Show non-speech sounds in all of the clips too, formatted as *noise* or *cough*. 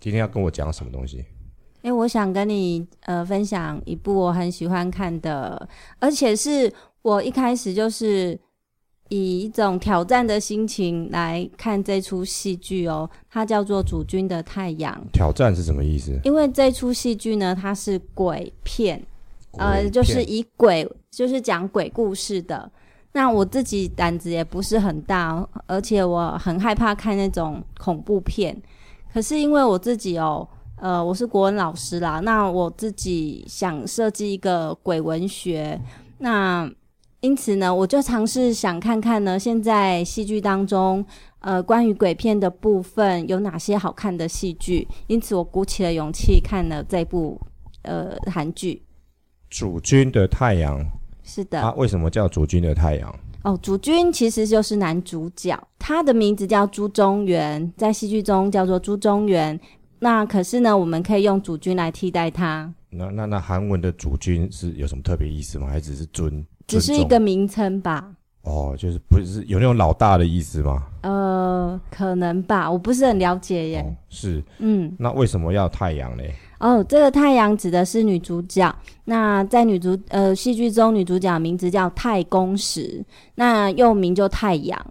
今天要跟我讲什么东西？哎、我想跟你呃分享一部我很喜欢看的，而且是我一开始就是以一种挑战的心情来看这出戏剧哦，它叫做《主君的太阳》。挑战是什么意思？因为这出戏剧呢，它是鬼片，呃，鬼就是片以鬼，就是讲鬼故事的。那我自己胆子也不是很大，而且我很害怕看那种恐怖片。可是因为我自己哦，呃，我是国文老师啦，那我自己想设计一个鬼文学，那因此呢，我就尝试想看看呢，现在戏剧当中，呃，关于鬼片的部分有哪些好看的戏剧，因此我鼓起了勇气看了这部呃韩剧。主君的太阳，是的，它、为什么叫主君的太阳？哦，主君其实就是男主角，他的名字叫朱中原，在戏剧中叫做朱中原。那可是呢，我们可以用主君来替代他，那那那韩文的主君是有什么特别意思吗？还只是尊？只是一尊个名称吧？重哦，就是不是有那种老大的意思吗？呃，可能吧，我不是很了解耶。哦，是。嗯，那为什么要太阳嘞？哦，这个太阳指的是女主角。那在女主呃戏剧中，女主角名字叫太公时，那又名就太阳。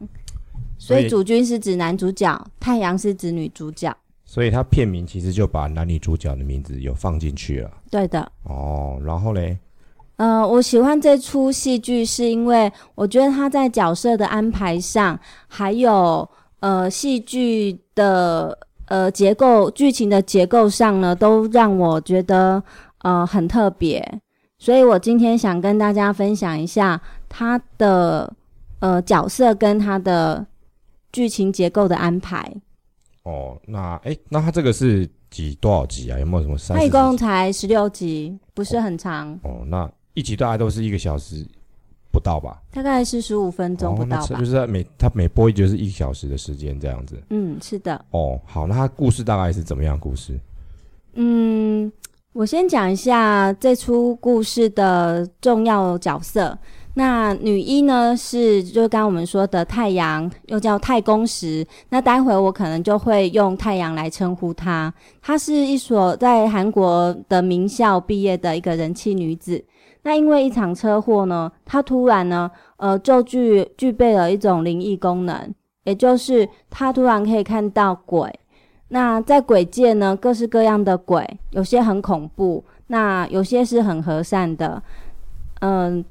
所以主君是指男主角，太阳是指女主角。所以它片名其实就把男女主角的名字有放进去了。对的。哦，然后嘞，呃，我喜欢这出戏剧，是因为我觉得他在角色的安排上，还有呃戏剧的呃结构、剧情的结构上呢，都让我觉得呃很特别。所以我今天想跟大家分享一下他的呃角色跟他的剧情结构的安排。哦，那哎，那它这个是几多少集啊？有没有什么三它十一集？共才十六集，不是很长，哦，那一集大概都是一个小时不到吧？大概是十五分钟不哦，那到这吧就。是它每它每播一集就是一小时的时间这样子。嗯，是的。哦，好，那它故事大概是怎么样的故事？嗯，我先讲一下这出故事的重要角色。那女一呢是就刚刚我们说的太阳，又叫太公时。那待会我可能就会用太阳来称呼她。她是一所在韩国的名校毕业的一个人气女子。那因为一场车祸呢，她突然呢，呃，就具具备了一种灵异功能，也就是她突然可以看到鬼。那在鬼界呢，各式各样的鬼，有些很恐怖，那有些是很和善的。嗯，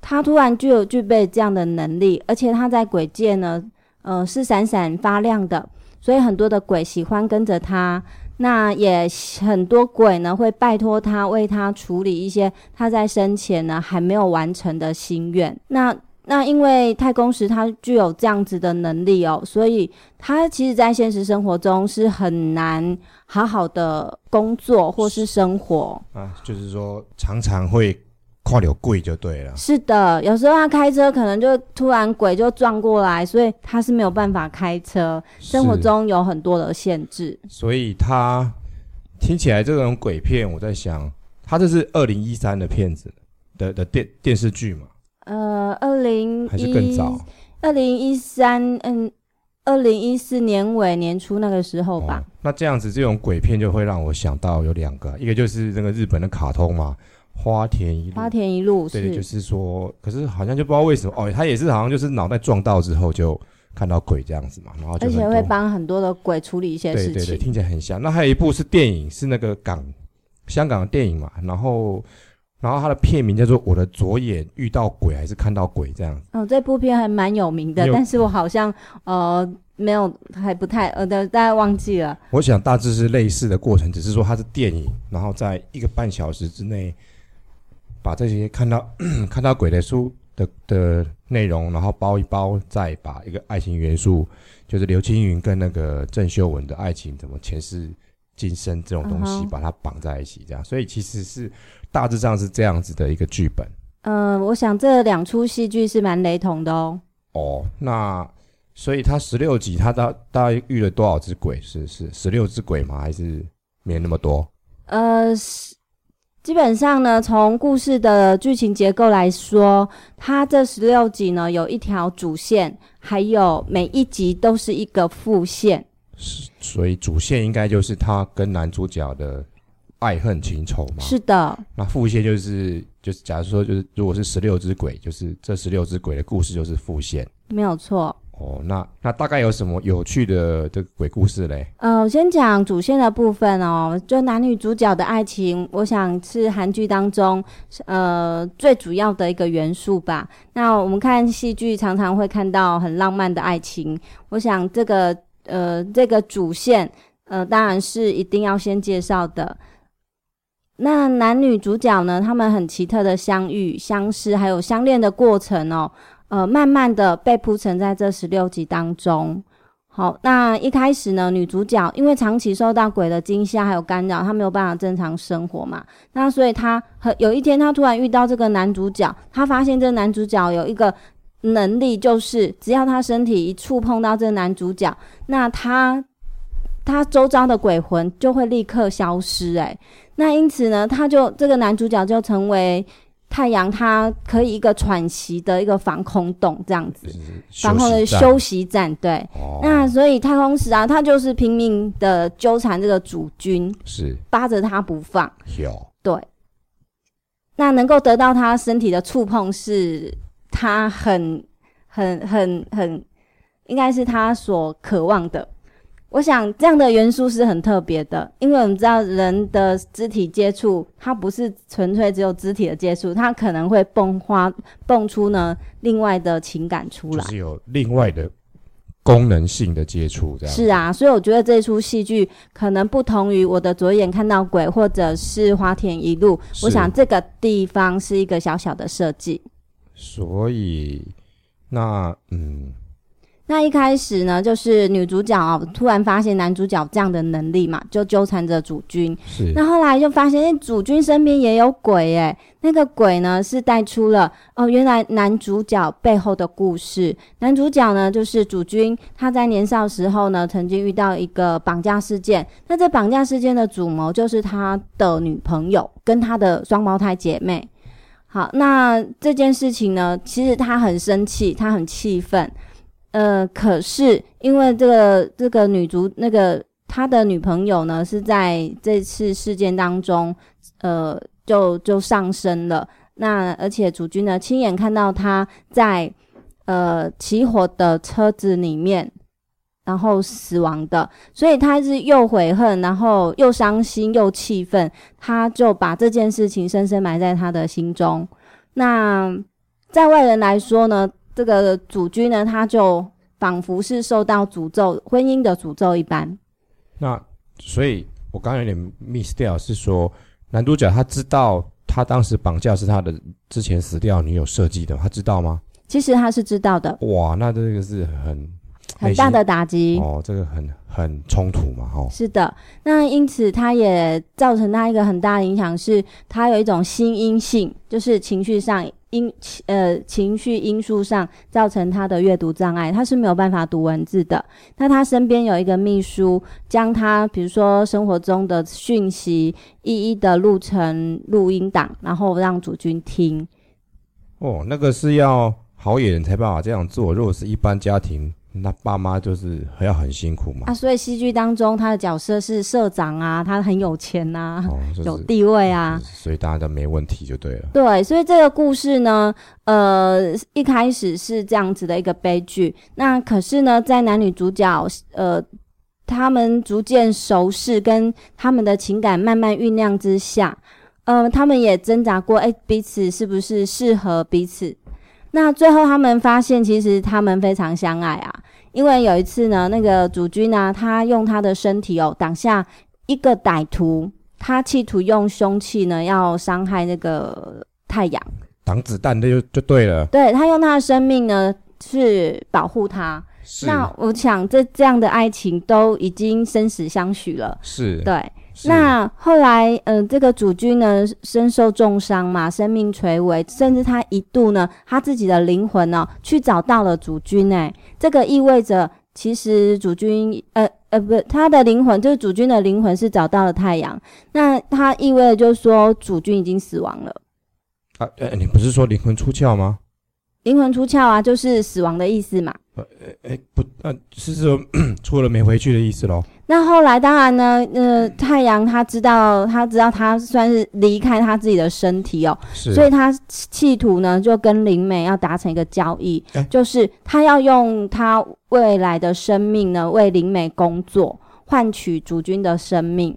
他突然具有具备这样的能力，而且他在鬼界呢，呃，是闪闪发亮的，所以很多的鬼喜欢跟着他。那也很多鬼呢会拜托他为他处理一些他在生前呢还没有完成的心愿。那那因为太空石他具有这样子的能力哦，所以他其实，在现实生活中是很难好好的工作或是生活。啊，就是说常常会跨流贵就对了。是的，有时候他开车可能就突然鬼就撞过来，所以他是没有办法开车。生活是，中有很多的限制。所以它听起来这种鬼片，我在想，它这是二零一三的片子的的电电视剧嘛，呃，二零还是更一早？二零一三，嗯，二零一四年尾年初那个时候哦。吧。那这样子，这种鬼片就会让我想到有两个，一个就是那个日本的卡通嘛，《花田一路》。花田一路哦对，就是是说，可是好像就不知道为什么哦，他也是好像就是脑袋撞到之后就看到鬼这样子嘛，然哦后就而且很会多帮很多的鬼处理一些对事对对，情。听起来很像。那还有一部是电影，是那个港香港的电影嘛，然后然后它的片名叫做《我的左眼遇到鬼还是看到鬼》这样子。嗯，这部片还蛮有名的你，有但是我好像呃没有，还不太呃，大大家忘记了。我想大致是类似的过程，只是说它是电影，然后在一个半小时之内把这些看到 *coughs* 看到鬼的书的的内容，然后包一包，再把一个爱情元素，就是刘青云跟那个郑秀文的爱情怎么前世今生这种东西嗯哼把它绑在一起，这样，所以其实是大致上是这样子的一个剧本嗯、我想这两出戏剧是蛮雷同的哦。哦。那所以它十六集，它大大概遇了多少只鬼？是是十六只鬼吗？还是没那么多？呃，是基本上呢，从故事的剧情结构来说，它这十六集呢有一条主线，还有每一集都是一个副线。是所以主线应该就是他跟男主角的爱恨情仇嘛。是的，那副线就是就是，假如说就是，如果是十六只鬼，就是这十六只鬼的故事就是副线没有错。哦。那那大概有什么有趣的这个鬼故事嘞？呃，我先讲主线的部分哦，就男女主角的爱情，我想是韩剧当中呃最主要的一个元素吧。那我们看戏剧常常会看到很浪漫的爱情，我想这个呃这个主线呃当然是一定要先介绍的。那男女主角呢，他们很奇特的相遇、相识，还有相恋的过程哦，呃，慢慢的被铺陈在这十六集当中。好，那一开始呢，女主角因为长期受到鬼的惊吓还有干扰，她没有办法正常生活嘛。那所以她很有一天，她突然遇到这个男主角，她发现这男主角有一个能力，就是只要她身体一触碰到这男主角，那她她周遭的鬼魂就会立刻消失、欸。诶，那因此呢，她就这个男主角就成为太阳，他可以一个喘息的一个防空洞这样子，防空的站休息站，对。哦，那所以太空石啊，他就是拼命的纠缠这个主君，是扒着他不放。有那能够得到他身体的触碰，是他很、很、很、很，应该是他所渴望的。我想这样的元素是很特别的，因为我们知道人的肢体接触，它不是纯粹只有肢体的接触，它可能会迸发、迸出呢另外的情感出就来。是有另外的功能性的接触这样。是，啊，所以我觉得这出戏剧可能不同于我的左眼看到鬼，或者是花田一路。是我想这个地方是一个小小的设计。所以那嗯那一开始呢，就是女主角、哦、突然发现男主角这样的能力嘛，就纠缠着主君。是那后来就发现，哎、主君身边也有鬼哎、那个鬼呢是带出了哦，原来男主角背后的故事。男主角呢就是主君，他在年少时候呢曾经遇到一个绑架事件，那这绑架事件的主谋就是他的女朋友跟他的双胞胎姐妹。好，那这件事情呢，其实他很生气，他很气愤。呃，可是因为这个这个女主那个他的女朋友呢，是在这次事件当中，呃，就就上身了。那而且主君呢，亲眼看到他在呃起火的车子里面，然后死亡的，所以他是又悔恨，然后又伤心又气愤，他就把这件事情深深埋在他的心中。那在外人来说呢，这个主君呢，他就仿佛是受到诅咒，婚姻的诅咒一般。那所以我刚刚有点 miss 掉，是说男主角他知道他当时绑架是他的之前死掉的女友设计的，他知道吗？其实他是知道的，哇，那这个是很很大的打击。哦，这个很很冲突嘛，哈、哦，是的，那因此他也造成他一个很大的影响，是他有一种心因性，就是情绪上因呃情绪因素上造成他的阅读障碍，他是没有办法读文字的。那他身边有一个秘书，将他比如说生活中的讯息一一的录成录音档，然后让主君听。哦，那个是要好野人才办法这样做，如果是一般家庭，那爸妈就是还要很辛苦嘛，啊，所以戏剧当中他的角色是社长啊，他很有钱呐、哦，就啊有是地位啊。所以大家都没问题就对了，对，所以这个故事呢，呃，一开始是这样子的一个悲剧。那可是呢，在男女主角呃他们逐渐熟识，跟他们的情感慢慢酝酿之下，呃，他们也挣扎过，哎，彼此是不是适合彼此？那最后他们发现，其实他们非常相爱啊。因为有一次呢，那个主君呢、啊他用他的身体哦挡下一个歹徒，他企图用凶器呢要伤害那个太阳，挡子弹的就就对了，对他用他的生命呢去保护他。是那我想这这样的爱情都已经生死相许了，是，对。是那后来，呃，这个主君呢身受重伤嘛，生命垂危，甚至他一度呢，他自己的灵魂呢、去找到了主君、哎，这个意味着其实主君，呃呃，不，他的灵魂就是主君的灵魂是找到了太阳，那他意味着就是说主君已经死亡了，啊，呃，你不是说灵魂出窍吗？灵魂出窍啊，就是死亡的意思嘛。哎，不，呃，是说出了没回去的意思喽？那后来当然呢，呃，太阳他知道，他知道他算是离开他自己的身体哦，是，所以他企图呢就跟灵美要达成一个交易，哎就是他要用他未来的生命呢为灵美工作，换取主君的生命。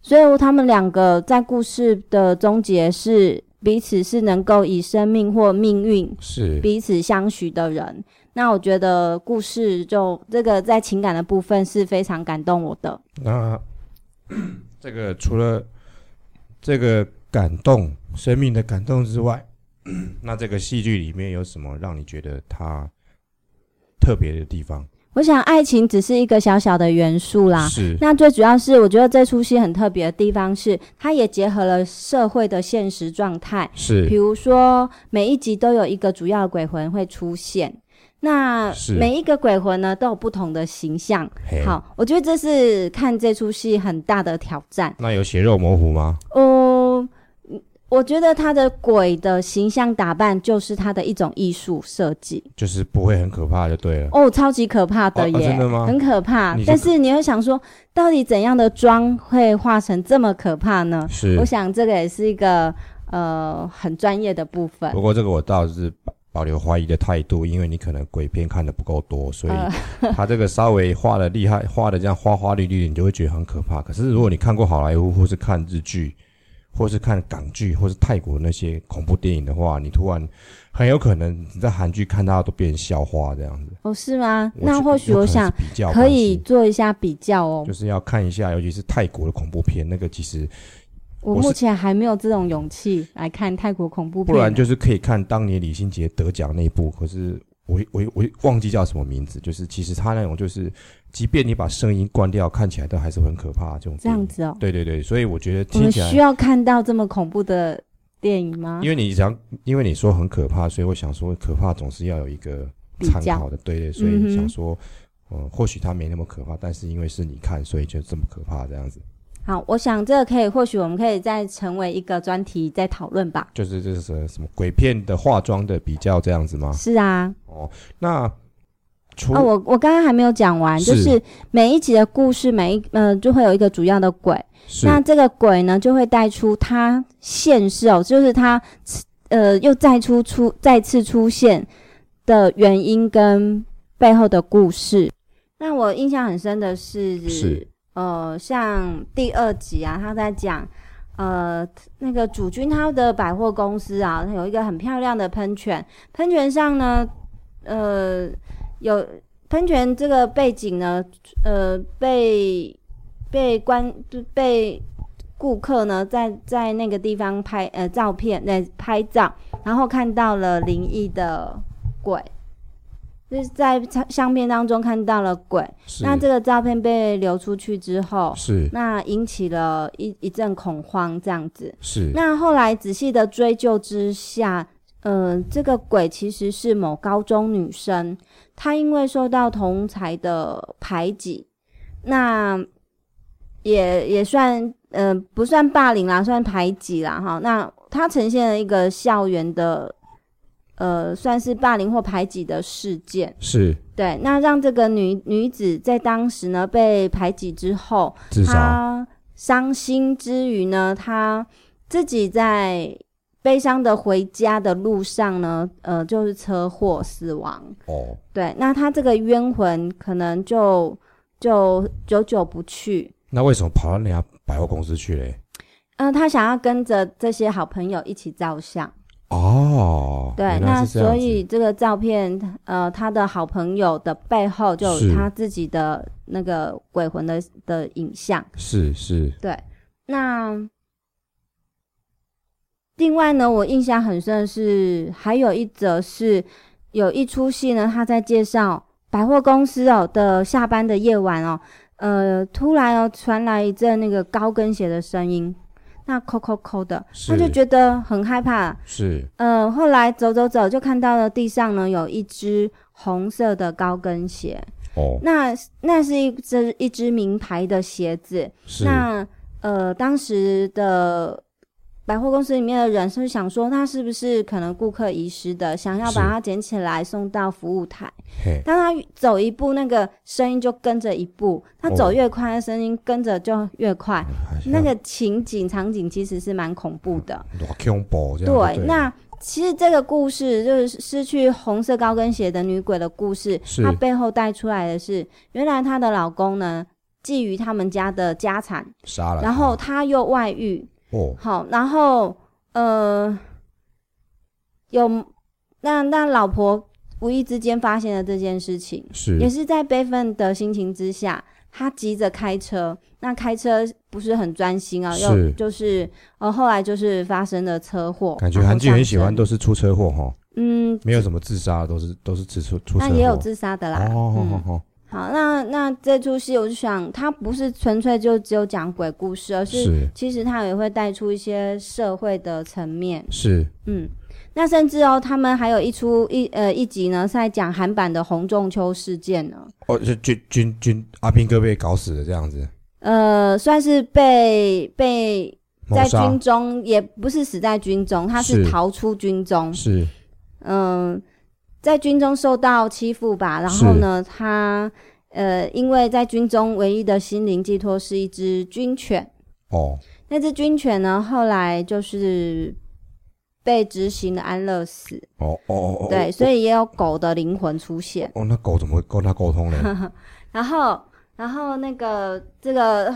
所以他们两个在故事的终结是彼此是能够以生命或命运是彼此相许的人。那我觉得故事就这个在情感的部分是非常感动我的。那这个除了这个感动生命的感动之外，那这个戏剧里面有什么让你觉得它特别的地方？我想爱情只是一个小小的元素啦。是那最主要是，我觉得这出戏很特别的地方是，它也结合了社会的现实状态，比是如说每一集都有一个主要鬼魂会出现，那是哎每一个鬼魂呢都有不同的形象。嘿，好，我觉得这是看这出戏很大的挑战。那有血肉模糊吗？哦，嗯我觉得他的鬼的形象打扮就是他的一种艺术设计。就是不会很可怕就对了。哦，超级可怕的哦耶，哦真的吗很可怕你。就但是你会想说，到底怎样的妆会化成这么可怕呢？是我，想这个也是一个呃很专业的部分不。过这个我倒是保保留怀疑的态度，因为你可能鬼片看的不够多，所以呃它这个稍微画的厉害，画的这样花花绿绿，你就会觉得很可怕。可是如果你看过好莱坞，或是看日剧，或是看港剧，或是泰国那些恐怖电影的话，你突然很有可能你在韩剧看到都变成笑话这样子。哦，是吗？我那觉得或许有可我能想是比较可关以系，做一下比较哦就。是要看一下，尤其是泰国的恐怖片，那个其实我我是目前还没有这种勇气来看泰国恐怖不然片。就是可以看当年李心洁得奖那一部，可是我我我忘记叫什么名字，就是其实他那种就是，即便你把声音关掉，看起来都还是很可怕这种这电样影。子哦，对对对，所以我觉得我听们起来需，要看到这么恐怖的电影吗因？为你想，因为你说很可怕，所以我想说，可怕总是要有一个参考的，对对，所嗯以哼想说，呃，或许它没那么可怕，但是因为是你看，所以就这么可怕这样子。好，我想这个可以，或许我们可以再成为一个专题再讨论吧。就是这是什么什么鬼片的化妆的比较这样子吗？是啊，哦，那除、哦，我我刚刚还没有讲完，就是是每一集的故事，每一呃就会有一个主要的鬼，是那这个鬼呢就会带出他现世哦，就是他呃又再出出再次出现的原因跟背后的故事。那我印象很深的是，是呃，像第二集啊，他在讲。呃，那个主君他的百货公司啊，有一个很漂亮的喷泉，喷泉上呢，呃，有喷泉这个背景呢，呃，被被观就被顾客呢在在那个地方拍呃照片，在拍照，然后看到了灵异的鬼，就是在相相片当中看到了鬼。是那这个照片被流出去之后，是那引起了一一阵恐慌，这样子。是那后来仔细的追究之下，呃，这个鬼其实是某高中女生，她因为受到同才的排挤，那也也算呃不算霸凌啦，算排挤啦哈。那她呈现了一个校园的。呃，算是霸凌或排挤的事件，是对，那让这个女女子在当时呢被排挤之后，至少他伤心之余呢，他自己在悲伤的回家的路上呢，呃，就是车祸死亡。哦，对，那他这个冤魂可能就就久久不去。那为什么跑到那家百货公司去嘞？嗯、他想要跟着这些好朋友一起照相，哦，对，原来那是这样所子以这个照片，呃，他的好朋友的背后就是有他自己的那个鬼魂的的影像。是是对，那另外呢，我印象很深的是，还有一则是有一出戏呢，他在介绍百货公司哦的下班的夜晚哦，呃，突然哦传来一阵那个高跟鞋的声音，那扣扣扣的，他是就觉得很害怕。是呃，后来走走走，就看到了地上呢有一只红色的高跟鞋，哦那那是一只一只名牌的鞋子，是那呃，当时的百货公司里面的人是想说，他是不是可能顾客遗失的，想要把是它捡起来送到服务台。嘿，当他走一步，那个声音就跟着一步；他走越快，那声音跟着就越快。嗯那个情景场景其实是蛮恐怖的。多恐怖这样就对对，了，那其实这个故事就是失去红色高跟鞋的女鬼的故事，是她背后带出来的是，原来她的老公呢觊觎他们家的家产，杀了他，然后她又外遇，哦，好，然后呃，有那那老婆无意之间发现了这件事情，是也是在悲愤的心情之下，她急着开车，那开车不是很专心啊，又是就是呃后来就是发生了车祸，感觉然后韩剧很丧喜欢生都是出车祸哈，嗯，没有什么自杀，都是都是出出出车那祸。也有自杀的啦，哦，好嗯好好，好，那那这出戏我就想，它不是纯粹就只有讲鬼故事，而是是其实它也会带出一些社会的层面。是嗯，那甚至哦，他们还有一出一呃一集呢，是在讲韩版的洪仲秋事件呢。哦，就军军军阿兵哥被搞死了这样子，呃，算是被被谋在杀军中，也不是死在军中，他是是逃出军中。是嗯、在军中受到欺负吧，然后是呢，他呃，因为在军中唯一的心灵寄托是一只军犬，哦，那只军犬呢，后来就是被执行的安乐死。哦哦哦，哦对，，所以也有狗的灵魂出现。哦，那狗怎么会跟他沟 *laughs* 通呢？然后，然后那个这个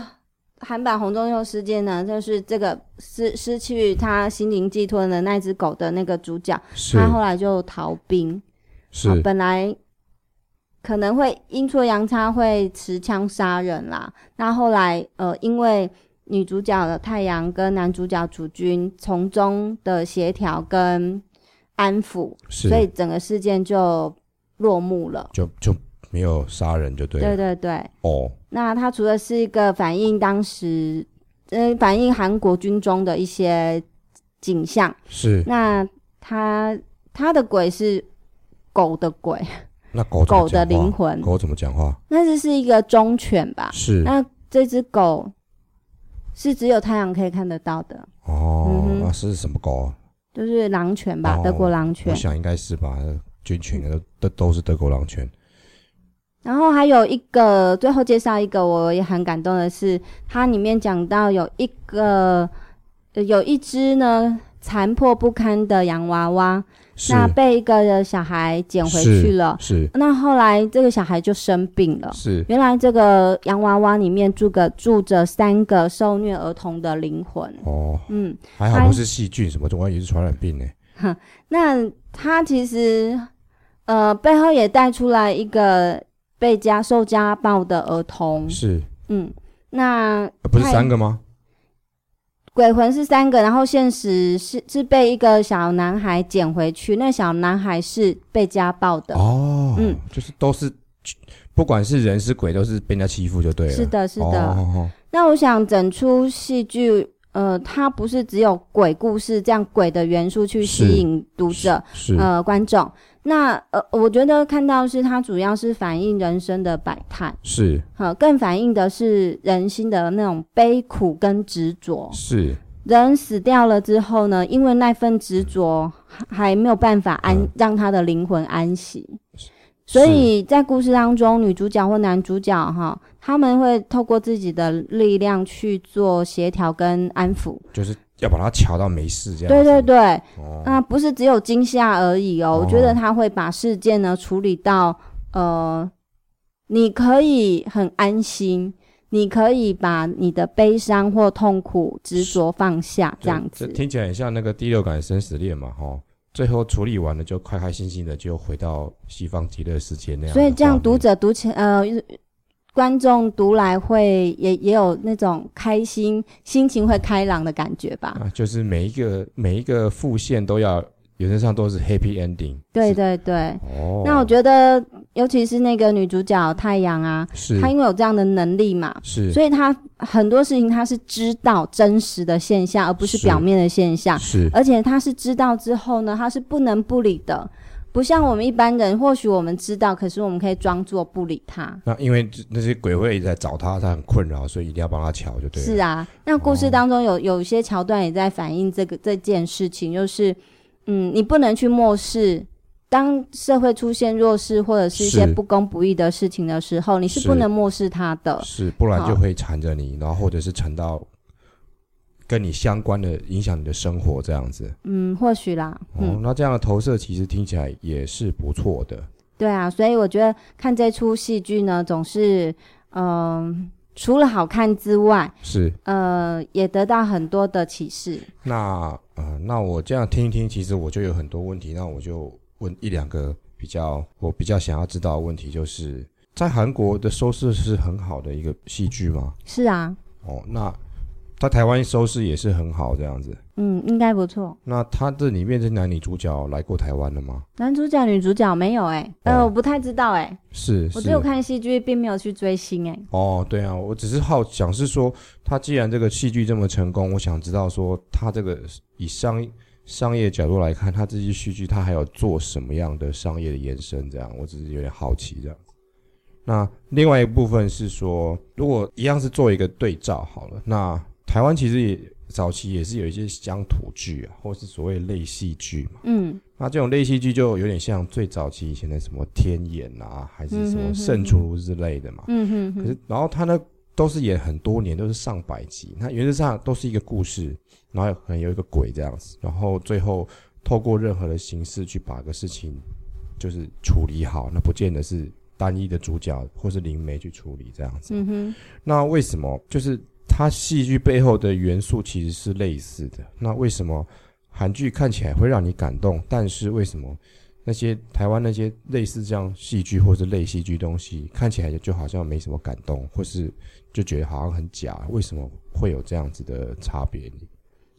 韩版红中佑事件呢，就是这个失失去他心灵寄托的那只狗的那个主角，是他后来就逃兵。啊是本来可能会阴错阳差会持枪杀人啦。那后来呃，因为女主角的太阳跟男主角主君从中的协调跟安抚，是，所以整个事件就落幕了。就就没有杀人就对对了。对对，哦，那它除了是一个反映当时，呃，反映韩国军中的一些景象，是那它它的鬼是狗的鬼，那狗怎么狗讲话的灵魂，狗怎么讲话？那这是一个忠犬吧？是那这只狗是只有太阳可以看得到的，哦嗯哼，那是什么狗啊？就是狼犬吧，哦德国狼犬我。想应该是吧，军犬都都都是德国狼犬。然后还有一个，最后介绍一个我也很感动的是，它里面讲到有一个呃有一只呢残破不堪的洋娃娃，是那被一个小孩捡回是去了。是那后来这个小孩就生病了。是原来这个洋娃娃里面住个住着三个受虐儿童的灵魂。哦，嗯，还好不是细菌什么，总以也是传染病呢。那它其实呃背后也带出来一个被家受家暴的儿童。是嗯，那呃不是太三个吗？鬼魂是三个，然后现实是是被一个小男孩捡回去，那小男孩是被家暴的，哦，嗯就是都是，不管是人是鬼，都是被人家欺负就对了。是的，是的。哦哦哦那我想整出戏剧，呃，它不是只有鬼故事这样鬼的元素去吸是引读者，是呃，观众。那呃，我觉得看到是它主要是反映人生的百态，是呃，更反映的是人心的那种悲苦跟执着。是，人死掉了之后呢，因为那份执着还还没有办法安、嗯让他的灵魂安息，所以在故事当中，女主角或男主角哈，他们会透过自己的力量去做协调跟安抚。就是要把它瞧到没事这样。对对，对，哦，那、不是只有惊吓而已嗯哦，我觉得他会把事件呢处理到呃，你可以很安心。你可以把你的悲伤或痛苦执着放下，这样子。听起来很像那个第六感生死恋嘛，哈、最后处理完了就开开心心的就回到西方极乐世界那样的画面。所以这样读者读起呃，观众读来会也也有那种开心、心情会开朗的感觉吧？啊，就是每一个每一个副线都要原则上都是 happy ending 对是。对对。哦，那我觉得，尤其是那个女主角太阳啊，是她因为有这样的能力嘛，是所以她很多事情她是知道真实的现象，而不是是啊表面的现象。是而且她是知道之后呢，她是不能不理的。不像我们一般人，或许我们知道，可是我们可以装作不理他。那因为这那些鬼会一直在找他，他很困扰，所以一定要帮他瞧，就对了。哦是啊，那故事当中有有一些桥段也在反映这个这件事情，就是嗯，你不能去漠视。当社会出现弱势或者是一些是不公不义的事情的时候，你是不是能漠视他的。是，不然好就会缠着你，然后或者是缠到跟你相关的影响你的生活这样子。嗯，或许啦，嗯，哦，那这样的投射其实听起来也是不错的。对啊，所以我觉得看这出戏剧呢，总是嗯、除了好看之外，是，呃，也得到很多的启示。那呃，那我这样听一听，其实我就有很多问题，那我就问一两个比较我比较想要知道的问题，就是在韩国的收视是很好的一个戏剧吗？是啊，哦，那在台湾收视也是很好这样子。嗯，应该不错。那他这里面这男女主角来过台湾了吗？男主角、女主角没有哎、呃，哦我不太知道哎、是，我是只有看戏剧，并没有去追星哎、哦，对啊，我只是好想是说，他既然这个戏剧这么成功，我想知道说，他这个以商商业角度来看，他这些戏剧他还有做什么样的商业的延伸？这样，我只是有点好奇这样。那另外一部分是说，如果一样是做一个对照好了，那台湾其实也早期也是有一些乡土剧啊，或是所谓类戏剧嘛。嗯，那这种类戏剧就有点像最早期以前的什么天眼啊，还是什嗯哼么哼圣厨如之类的嘛。嗯哼可哼，是然后他呢都是演很多年，都是上百集，那原则上都是一个故事，然后可能有一个鬼这样子，然后最后透过任何的形式去把个事情就是处理好，那不见得是单一的主角或是灵媒去处理这样子。嗯哼，那为什么就是它戏剧背后的元素其实是类似的？那为什么韩剧看起来会让你感动，但是为什么那些台湾那些类似这样戏剧或是类戏剧东西看起来就好像没什么感动，或是就觉得好像很假？为什么会有这样子的差别？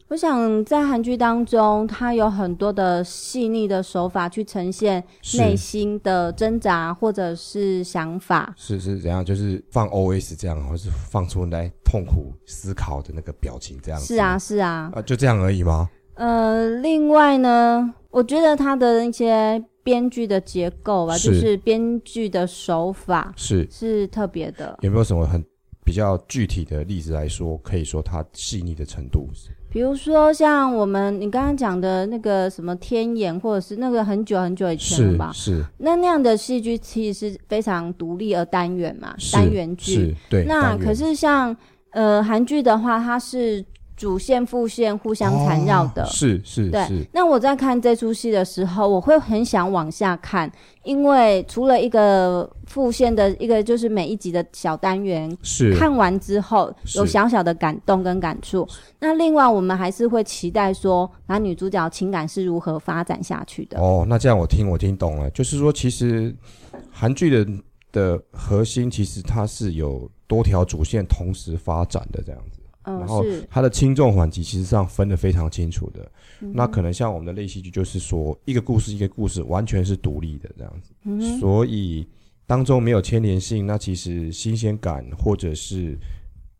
我想在韩剧当中，它有很多的细腻的手法去呈现内是心的挣扎或者是想法。是是怎样？就是放 OS 这样，或是放出来痛苦思考的那个表情这样子？是啊，，是啊，啊，就这样而已吗？呃，另外呢，我觉得它的那些编剧的结构吧，是就是编剧的手法是是特别的。有没有什么很比较具体的例子来说，可以说它细腻的程度？比如说像我们你刚刚讲的那个什么天眼，或者是那个很久很久以前了是吧？是那那样的戏剧其实是非常独立而单元嘛，是单元剧。是，对。那单元可是像呃韩剧的话，它是主线副线互相缠绕的。哦是是对是那我在看这出戏的时候，我会很想往下看，因为除了一个副线的一个就是每一集的小单元，是看完之后是有小小的感动跟感触。那另外我们还是会期待说男女主角情感是如何发展下去的。哦，那这样我听我听懂了，就是说其实韩剧的的核心其实它是有多条主线同时发展的这样子。嗯然，后是，它的轻重缓急其实上分得非常清楚的，嗯那可能像我们的类戏剧，就是说一个故事一个故事完全是独立的这样子，嗯哼所以当中没有牵连性，那其实新鲜感或者是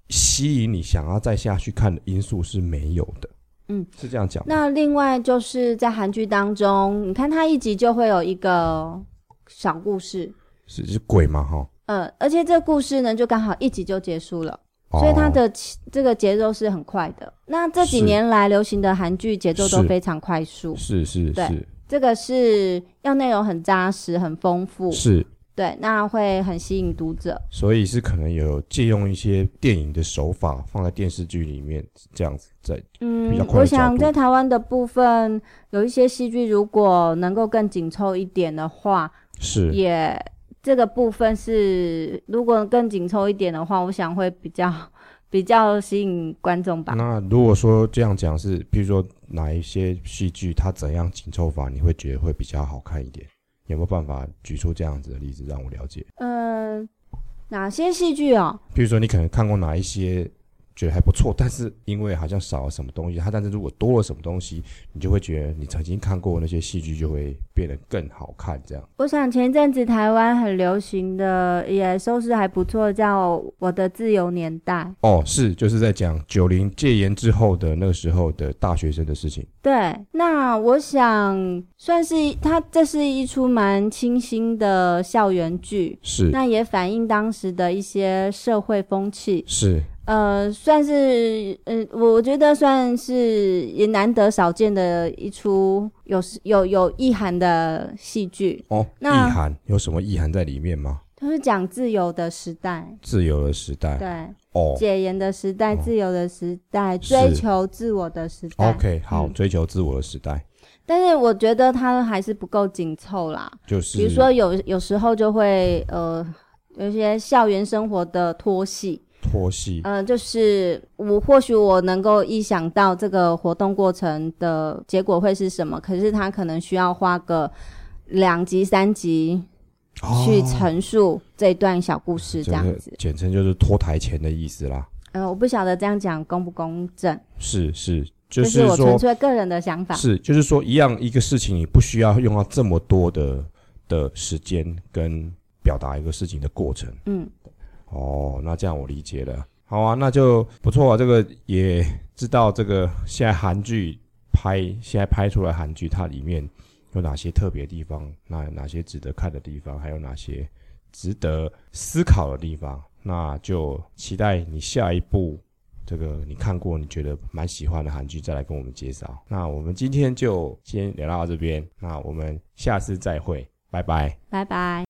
吸引你想要再下去看的因素是没有的。嗯，是这样讲吗。那另外就是在韩剧当中，你看它一集就会有一个小故事，是是鬼嘛哈，呃，而且这故事呢就刚好一集就结束了。哦所以它的起这个节奏是很快的。那这几是年来流行的韩剧节奏都是非常快速，哦是是对是这个是要内容很扎实、很丰富，是，对，那会很吸引读者。所以是可能有借用一些电影的手法放在电视剧里面这样子在比较快嗯，的角我想度在台湾的部分，有一些戏剧如果能够更紧凑一点的话，是也这个部分是如果更紧凑一点的话，我想会比较 *laughs* 比较吸引观众吧。那如果说这样讲是，比如说哪一些戏剧它怎样紧凑法，你会觉得会比较好看一点？有没有办法举出这样子的例子让我了解？呃嗯、哪些戏剧哦？比如说你可能看过哪一些觉得还不错，但是因为好像少了什么东西，它但是如果多了什么东西，你就会觉得你曾经看过的那些戏剧就会变得更好看，这样。我想前一阵子台湾很流行的，也收视还不错，叫《我的自由年代》。哦，是，就是在讲九零戒严之后的那个时候的大学生的事情。对，那我想算是它，这是一出蛮清新的校园剧，是那也反映当时的一些社会风气。是，呃，算是，呃，我觉得算是也难得少见的一出有有有意涵的戏剧，哦，意那涵有什么意涵在里面吗？就是讲自由的时代，自由的时代。对，哦解严的时代，哦自由的时代，是追求自我的时代。 ，OK，好，嗯追求自我的时代，但是我觉得它还是不够紧凑啦，就是比如说有有时候就会呃。有一些校园生活的脱戏，脱戏。呃，就是我或许我能够意想到这个活动过程的结果会是什么，可是它可能需要花个两集三集去陈述这段小故事这样子。哦简称就是脱台前的意思啦。呃，我不晓得这样讲公不公正，是是，就这是是我纯说，粹个人的想法。是就是说，一样一个事情，你不需要用到这么多的的时间跟表达一个事情的过程。嗯，哦，那这样我理解了。好啊，那就不错啊。这个也知道，这个现在韩剧拍，现在拍出来韩剧，它里面有哪些特别的地方，那有哪些值得看的地方，还有哪些值得思考的地方。那就期待你下一部这个你看过，你觉得蛮喜欢的韩剧，再来跟我们介绍。那我们今天就先聊到这边，那我们下次再会，拜拜。拜拜。